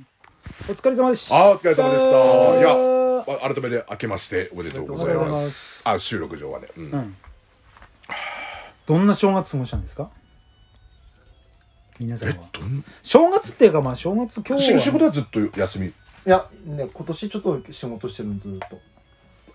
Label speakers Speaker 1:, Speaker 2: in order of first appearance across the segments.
Speaker 1: お疲れ様でした
Speaker 2: あーお疲れ様でしたいやあ改めて明けましておめでとうござい
Speaker 1: おめでとうござい
Speaker 2: ま
Speaker 1: ます
Speaker 2: あ収録上はね、うん
Speaker 1: うんどんな正月過ごしたんですか皆さん
Speaker 2: え
Speaker 1: は
Speaker 2: どん
Speaker 1: 正月っていうかまあ正月今日
Speaker 2: し
Speaker 1: は
Speaker 2: 仕事はずっと休み
Speaker 3: いやね今年ちょっと仕事してるのずっと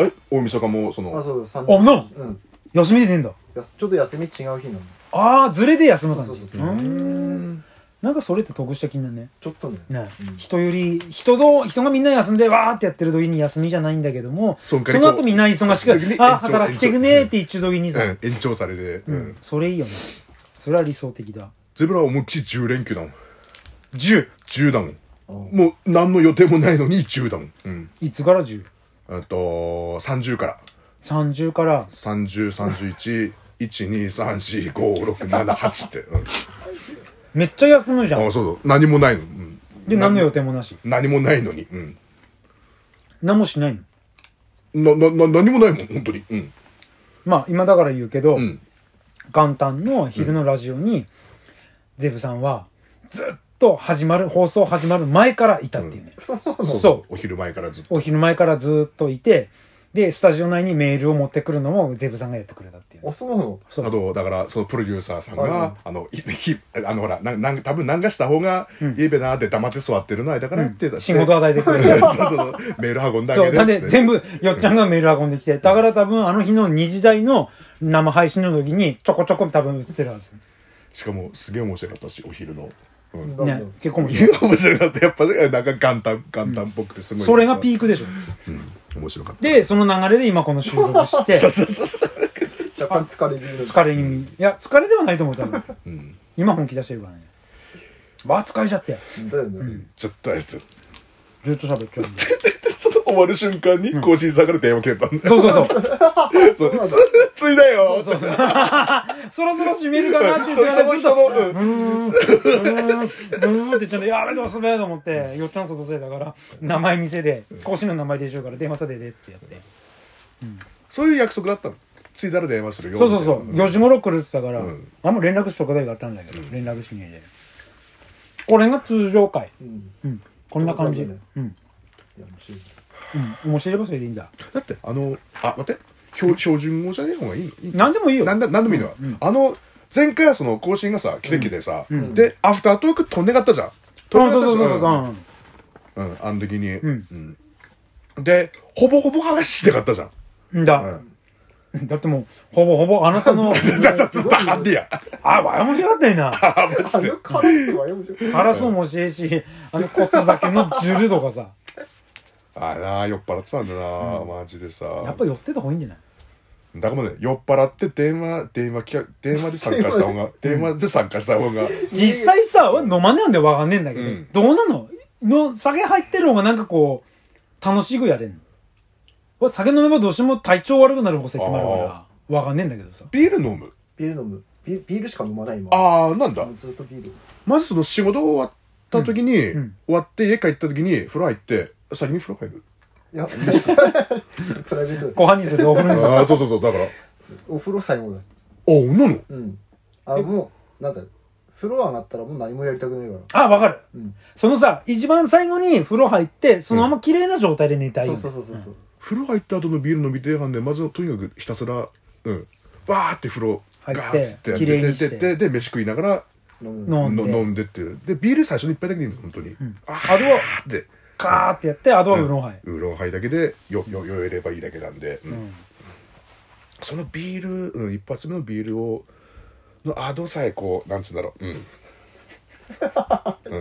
Speaker 2: え大晦日もそ
Speaker 3: あ
Speaker 2: の
Speaker 3: そうだ三
Speaker 1: あなん
Speaker 3: うん
Speaker 1: 休みでねえんだ
Speaker 3: やすちょっと休み違う日なの
Speaker 1: ああずれで休む感じ
Speaker 3: そうそう
Speaker 1: う
Speaker 3: そ
Speaker 1: ー
Speaker 3: うん
Speaker 1: なんかそれって得した気になるね
Speaker 3: ちょっとね
Speaker 1: ね
Speaker 3: うん
Speaker 1: 人より人の人がみんな休んでわーってやってる時に休みじゃないんだけども
Speaker 2: そんか
Speaker 1: そ
Speaker 2: に
Speaker 1: の
Speaker 2: こう
Speaker 1: 後みんな忙しく
Speaker 2: 延長延長
Speaker 1: あー働きてくねーって一度時にさ、
Speaker 2: うん、延長されて、う
Speaker 1: うんん、それいいよねそれは理想的だ
Speaker 2: ゼブラは思いっきり10連休だもん
Speaker 1: 10
Speaker 2: 10だもん
Speaker 3: あも
Speaker 2: もう何の予定もないのに10だもんうん
Speaker 1: いつから
Speaker 2: あと30から
Speaker 1: 1030から
Speaker 2: 30311234567って、うん、
Speaker 1: めっちゃ休むじゃ
Speaker 2: あ
Speaker 1: ん
Speaker 2: あそうだ何もないの、うん、
Speaker 1: で何の予定もなし
Speaker 2: 何もないのにうん
Speaker 1: 何もしないの
Speaker 2: ななな何もないもん本当にうん
Speaker 1: まあ今だから言うけど、
Speaker 2: うん
Speaker 1: 元旦の昼のラジオに、ゼブさんはずっと始まる放送始まる前からいたっていうね、
Speaker 3: そう
Speaker 2: そう
Speaker 1: そ
Speaker 2: そうお昼前からずっと
Speaker 1: お昼前からずっといてでスタジオ内にメールを持ってくるのもゼブさんがやってくれたっていう、
Speaker 3: あそうなの
Speaker 1: そう
Speaker 2: あとだからそのプロデューサーさん
Speaker 3: は
Speaker 2: が
Speaker 3: い
Speaker 2: あのいひあのほらなんなん多分なんかした方が
Speaker 1: うん
Speaker 2: いいべなって黙って座ってるの間からやってた
Speaker 1: 仕事は与えてくれる
Speaker 2: そうそうそうメール運んであ
Speaker 1: そう、な
Speaker 2: げ
Speaker 1: んで
Speaker 2: てっつって
Speaker 1: 全部、よっちゃんがメール運んできて、だから多分あの日の2時台の生配信の時にちょこちょこ多分映ってるはず。
Speaker 2: しかもすげえ面白かったしお昼の、うん、
Speaker 3: なんだ
Speaker 1: ね
Speaker 3: ろう、
Speaker 1: 結構面
Speaker 2: い
Speaker 1: 白い。
Speaker 2: や面白かったやっぱなんか元旦元旦っぽくてすごい、
Speaker 1: それが
Speaker 2: ー、
Speaker 1: ピークでしょ。
Speaker 2: うん、面白かった
Speaker 1: で、その流れで今この収録 して、
Speaker 3: 若干疲れる
Speaker 1: 疲れ気味。いや、疲れではないと思う、多分。
Speaker 2: うん、
Speaker 1: 今本気出してるからね。まあ疲れちゃって。
Speaker 3: だよね
Speaker 2: ちょっとあれです
Speaker 1: ずっと喋っちゃう。
Speaker 2: その終わる瞬間に更新さんから電話切れたんで、
Speaker 1: そうそうそう。
Speaker 2: そうつついだよ
Speaker 1: そうそうそろそろ閉めるかなって
Speaker 2: 人
Speaker 1: 言ってたら
Speaker 2: の
Speaker 1: ずっ
Speaker 2: 人
Speaker 1: と
Speaker 2: の、う
Speaker 1: ブーン、
Speaker 2: ん
Speaker 1: ブーン、ブーンって言っちゃって、やべ、どうすべえと思って、よっちゃん外せだから、名前見せで、講師の名前でしょうから、電話さででってやって。
Speaker 2: そういう約束だったのついだら電話するよ
Speaker 1: そうそうそう、
Speaker 2: みたいな
Speaker 1: 4時頃来るって言ってたから、
Speaker 2: うん
Speaker 1: あんま連絡しとくだけがあったんだけど、連絡しにで。これが通常回。
Speaker 3: うん
Speaker 1: うん。こんな感じ。
Speaker 3: そうだね
Speaker 1: うん。
Speaker 3: いや面白い
Speaker 1: うん。面白いばそれでいいんだ。
Speaker 2: だってあのあ待って標標準語じゃねえ方がいいのいい
Speaker 1: なんでもいいよ。
Speaker 2: なんだなんでもいいの、
Speaker 1: うん
Speaker 2: あの前回はその更新がさ来てきてさ、
Speaker 1: うん
Speaker 2: でアフタートーク飛んでかったじゃん飛
Speaker 1: そ
Speaker 2: ん
Speaker 1: う
Speaker 2: で
Speaker 1: そう
Speaker 2: か
Speaker 1: そうそ
Speaker 2: っ
Speaker 1: うそう。
Speaker 2: たじゃんうんあの時に、
Speaker 1: ん
Speaker 2: うんでほぼほぼ話してかったじゃん、
Speaker 1: うん
Speaker 2: う
Speaker 1: だ。
Speaker 2: ん、
Speaker 1: だってもう、ほぼほぼあなたの、
Speaker 2: だだだだハンディや
Speaker 1: あ、わ面白かったよな。
Speaker 2: あマジ
Speaker 3: あ
Speaker 2: で
Speaker 3: のカラスは面白い
Speaker 1: カラスも面白いし、あのコツだけのジュルとかさ、
Speaker 2: あーなー酔っ払ってたんだなー、マジでさ
Speaker 1: やっぱ寄ってた方がいいんじゃない
Speaker 2: だからね酔っ払って電話電話きゃ電話で参加した 方が電話で参加した方が
Speaker 1: 実際さ、俺飲まねえんでわかんねえんだけど、
Speaker 2: うん
Speaker 1: どうなのの酒入ってる方がなんかこう、楽しくやれんの俺酒飲めばどうしても体調悪くなる補正ってもあるから、わかんねえんだけどさ。
Speaker 2: ビール飲む
Speaker 3: ビール飲むビールビールしか飲まない今
Speaker 2: ああなんだ
Speaker 3: もうずっとビール
Speaker 2: まずその仕事終わった時に、
Speaker 1: んうん
Speaker 2: 終わって家帰った時に風呂入って先に風呂 入る
Speaker 3: いやプライベートで
Speaker 1: ご飯にするお風呂にする。
Speaker 2: ああそうそうそうだからあ
Speaker 3: お風呂最後だ
Speaker 2: 女の
Speaker 3: うんあもうなんだろう風呂上がったらもう何もやりたくないから
Speaker 1: あ、わかる。
Speaker 3: うん
Speaker 1: そのさ、一番最後に風呂入って、そのまま綺麗な状態で寝たい
Speaker 3: そ
Speaker 1: よ
Speaker 3: う
Speaker 1: ね、
Speaker 3: そうそうそうそう
Speaker 2: 風呂入った後のビール飲みてえはんでまずとにかくひたすらうんバーって風呂
Speaker 1: 入って
Speaker 2: ガーッつってやって
Speaker 1: 綺麗にして
Speaker 2: ででで飯食いながら
Speaker 3: 飲む
Speaker 1: 飲んで
Speaker 2: の飲んでっていうでビール最初に一杯だけでいいの本当に、
Speaker 1: ん
Speaker 2: あ
Speaker 1: あとは
Speaker 2: あって
Speaker 1: カーってやって、あとはウーロンハイ。
Speaker 2: ウーロンハイだけでよよ酔えればいいだけなんで、うん
Speaker 1: うん
Speaker 2: そのビール、うん、一発目のビールをのアドさえこうなんつうんだろう、う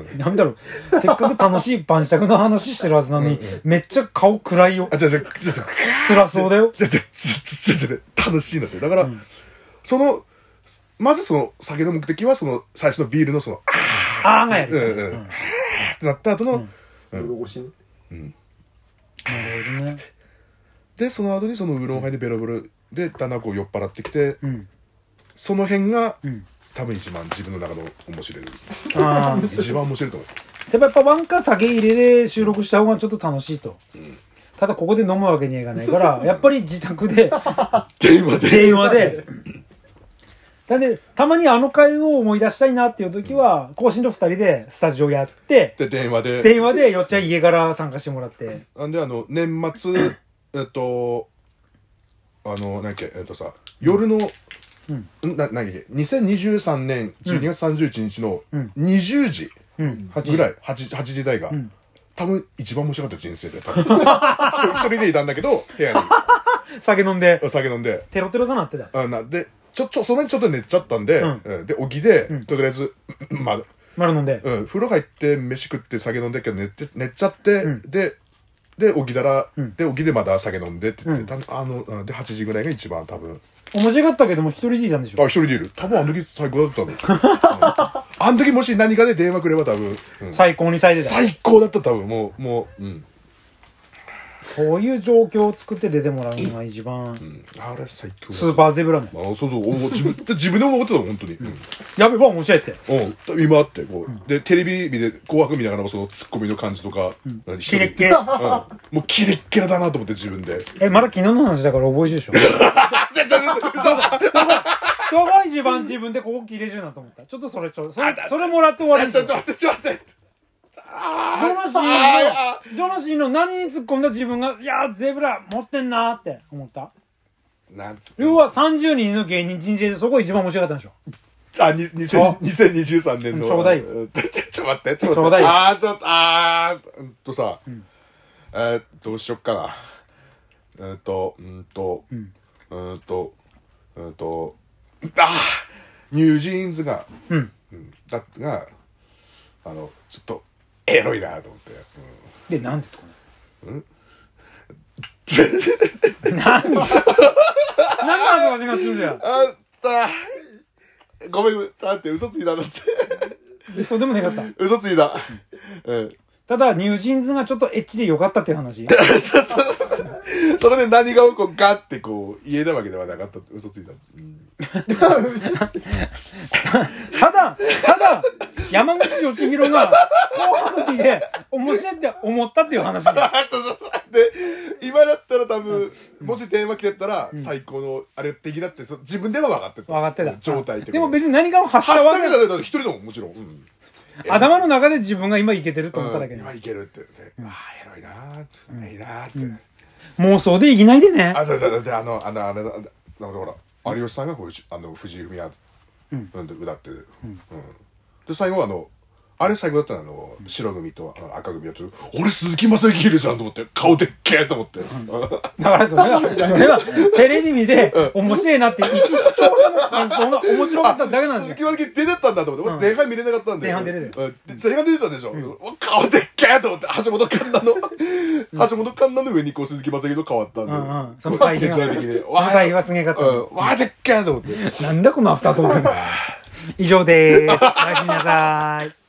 Speaker 2: んうん、
Speaker 1: なんだろう、せっかく楽しい晩酌の話してるはずなのに、めっちゃ顔暗いよ
Speaker 2: あ。じゃじゃじゃじゃ
Speaker 1: 辛そうだよ。
Speaker 2: じゃじゃじゃじゃ楽しいんだってだから、
Speaker 1: うん
Speaker 2: そのまずその酒の目的はその最初のビールのそのあ
Speaker 1: あーがや
Speaker 2: ーうん
Speaker 1: る。
Speaker 2: うん
Speaker 1: うん
Speaker 2: あーってなった後の、
Speaker 3: 喉越しに
Speaker 1: なるほどね。
Speaker 2: でその後にそのウーロンハイでベロベロでだんだんこう酔っ払ってきて
Speaker 1: うん。
Speaker 2: その辺が
Speaker 1: うん。
Speaker 2: 多分一番自分の中の面白い
Speaker 1: ああ。
Speaker 2: 一番面白いと思う
Speaker 1: 先輩やっぱワンカ酒入れで収録した方がちょっと楽しいと。ただここで飲むわけ に はいかないから、やっぱり自宅で、
Speaker 2: 電話
Speaker 1: 電話で、なんで、たまにあの会を思い出したいなっていう時は、更新と二人でスタジオやって、
Speaker 2: で電話で
Speaker 1: 電話でよっちゃん家から参加してもらって。
Speaker 2: なんであの年 末えっとあの何やっけえっとさ夜の、
Speaker 1: うん
Speaker 2: ん、な何やっけ2023年12月31日の
Speaker 1: うん
Speaker 2: 20時
Speaker 1: うん。
Speaker 2: ぐらい 8, 8時台が、
Speaker 1: うん
Speaker 2: 多分一番面白かった人生で多分 一人でいたんだけど 部屋に
Speaker 1: 酒飲んで、
Speaker 2: お酒飲んで
Speaker 1: テロテロさなってた。
Speaker 2: あなでちょちょその辺ちょっと寝ちゃったんで、
Speaker 1: うん
Speaker 2: うんで起きで、
Speaker 1: うん
Speaker 2: とりあえず、うんまあ
Speaker 1: 丸飲んで。
Speaker 2: うん、風呂入って飯食って酒飲んでっけど寝て寝ちゃって、
Speaker 1: うん
Speaker 2: でで起きたら、
Speaker 1: うん
Speaker 2: で起きでまだ酒飲んでって言って、
Speaker 1: う
Speaker 2: たあのうんで8時ぐらいが一番多分
Speaker 1: 面白かったけども、一人でいたんでし
Speaker 2: あ
Speaker 1: ょ
Speaker 2: 一。人でいる多分あの時最高だったの、うんあの時もし何かで電話くれば多分、うん
Speaker 1: 最高に最善だ。
Speaker 2: 最高だった多分もうもううん、
Speaker 1: こういう状況を作って出てもらうのが一番
Speaker 2: う、ん、あれ最高
Speaker 1: スーパーゼブラの。
Speaker 2: あそうそう思う自分自分でも思ってたもん本当に、うん
Speaker 1: やべ、ば面白いって。
Speaker 2: うん、今あってこう、でテレビ見て「紅白」見ながらもそのツッコミの感じとか、何一
Speaker 1: キ
Speaker 2: 人
Speaker 1: レ
Speaker 2: で
Speaker 1: ッキレ。
Speaker 2: うん、もうキレッキレだなと思って自分で
Speaker 1: え、まだ昨日の話だから覚えてるでしょ。
Speaker 2: あじゃあじゃ あじゃあじゃあ
Speaker 1: 今日が一番自分でここ切れるなと思った。ちょっとそれちょ、それ、それもらって終わりにし
Speaker 2: ち
Speaker 1: よ
Speaker 2: ょ
Speaker 1: う
Speaker 2: ちょ待ってちょ待って
Speaker 1: どのシ
Speaker 2: あ
Speaker 1: ーンの、どのシーンの何に突っ込んだ自分が、いやー、ゼブラ持ってんなーって思った。
Speaker 2: なんつ
Speaker 1: 要は30人の芸人人生でそこ一番面白かったんでしょ。
Speaker 2: あに2000 2023年の
Speaker 1: ちょうだいよ
Speaker 2: んちょちょちょ待ってちょ待って
Speaker 1: ちょうだいよ
Speaker 2: あーちょっとあーうんとさ、えーどうしよっかなえーっとうんと
Speaker 1: ん
Speaker 2: うんとうんとあーニュージーンズが
Speaker 1: うん。
Speaker 2: うんだがあのちょっとエロいなと思って、
Speaker 1: で、なんですかね。
Speaker 2: うん、
Speaker 1: 何何の話が始まってんだよ。
Speaker 2: あったごめんごめんちゃんって嘘ついたなって
Speaker 1: 嘘でもなかった。
Speaker 2: 嘘ついたうん
Speaker 1: ただ、ニュージーンズがちょっとエッチで良かったっていう話。
Speaker 2: それで何が起こうガッてこう言えたわけではなかった嘘ついた、うん
Speaker 1: ただ、ただ、山口義弘が、紅白期で面白いって思ったっていう話で。
Speaker 2: あそうそうそうで今だったら多分、もし電話来てたら、最高のあれ的だってそ自分では分かってた
Speaker 1: 分かってた。
Speaker 2: 状態って
Speaker 1: でも
Speaker 2: に
Speaker 1: 別に何かを発した
Speaker 2: 発した
Speaker 1: わ
Speaker 2: わけ
Speaker 1: け
Speaker 2: じゃないだって一人でももちろん、うん、
Speaker 1: 頭の中で自分が今いけてると思っただ
Speaker 2: う
Speaker 1: け
Speaker 2: ん、
Speaker 1: で、
Speaker 2: 今いけるって言って、ああエロいなーって、いいなーって、
Speaker 1: 妄想でいきないでね
Speaker 2: あそうそうそうであのあのあれだだだほら有吉さんがこういうしあの藤井フミヤ
Speaker 1: うん
Speaker 2: なんで歌ってる、うんで最後はあのあれ最後だったのあの白組とあの赤組だって俺鈴木雅之いるじゃんと思って顔でっけえと思って、
Speaker 1: だからそれはそれはテレビ見て面白いなって一視聴者の感想が面白かっただけなん
Speaker 2: 鈴
Speaker 1: で
Speaker 2: 木雅之出てったんだと思って、俺前半見れなかったんで
Speaker 1: 前半出れる
Speaker 2: うんで前半出てたんでしょ、俺顔でっけえと思って橋本環奈の、橋本環奈の上にこう鈴木雅之と変わったんで、
Speaker 1: うんうんその対比が
Speaker 2: 全体的 に
Speaker 1: その対比はすげえかった
Speaker 2: うんわあでっけえと思って
Speaker 1: なんだこのアフタートーク以上でーすおやすみなさーい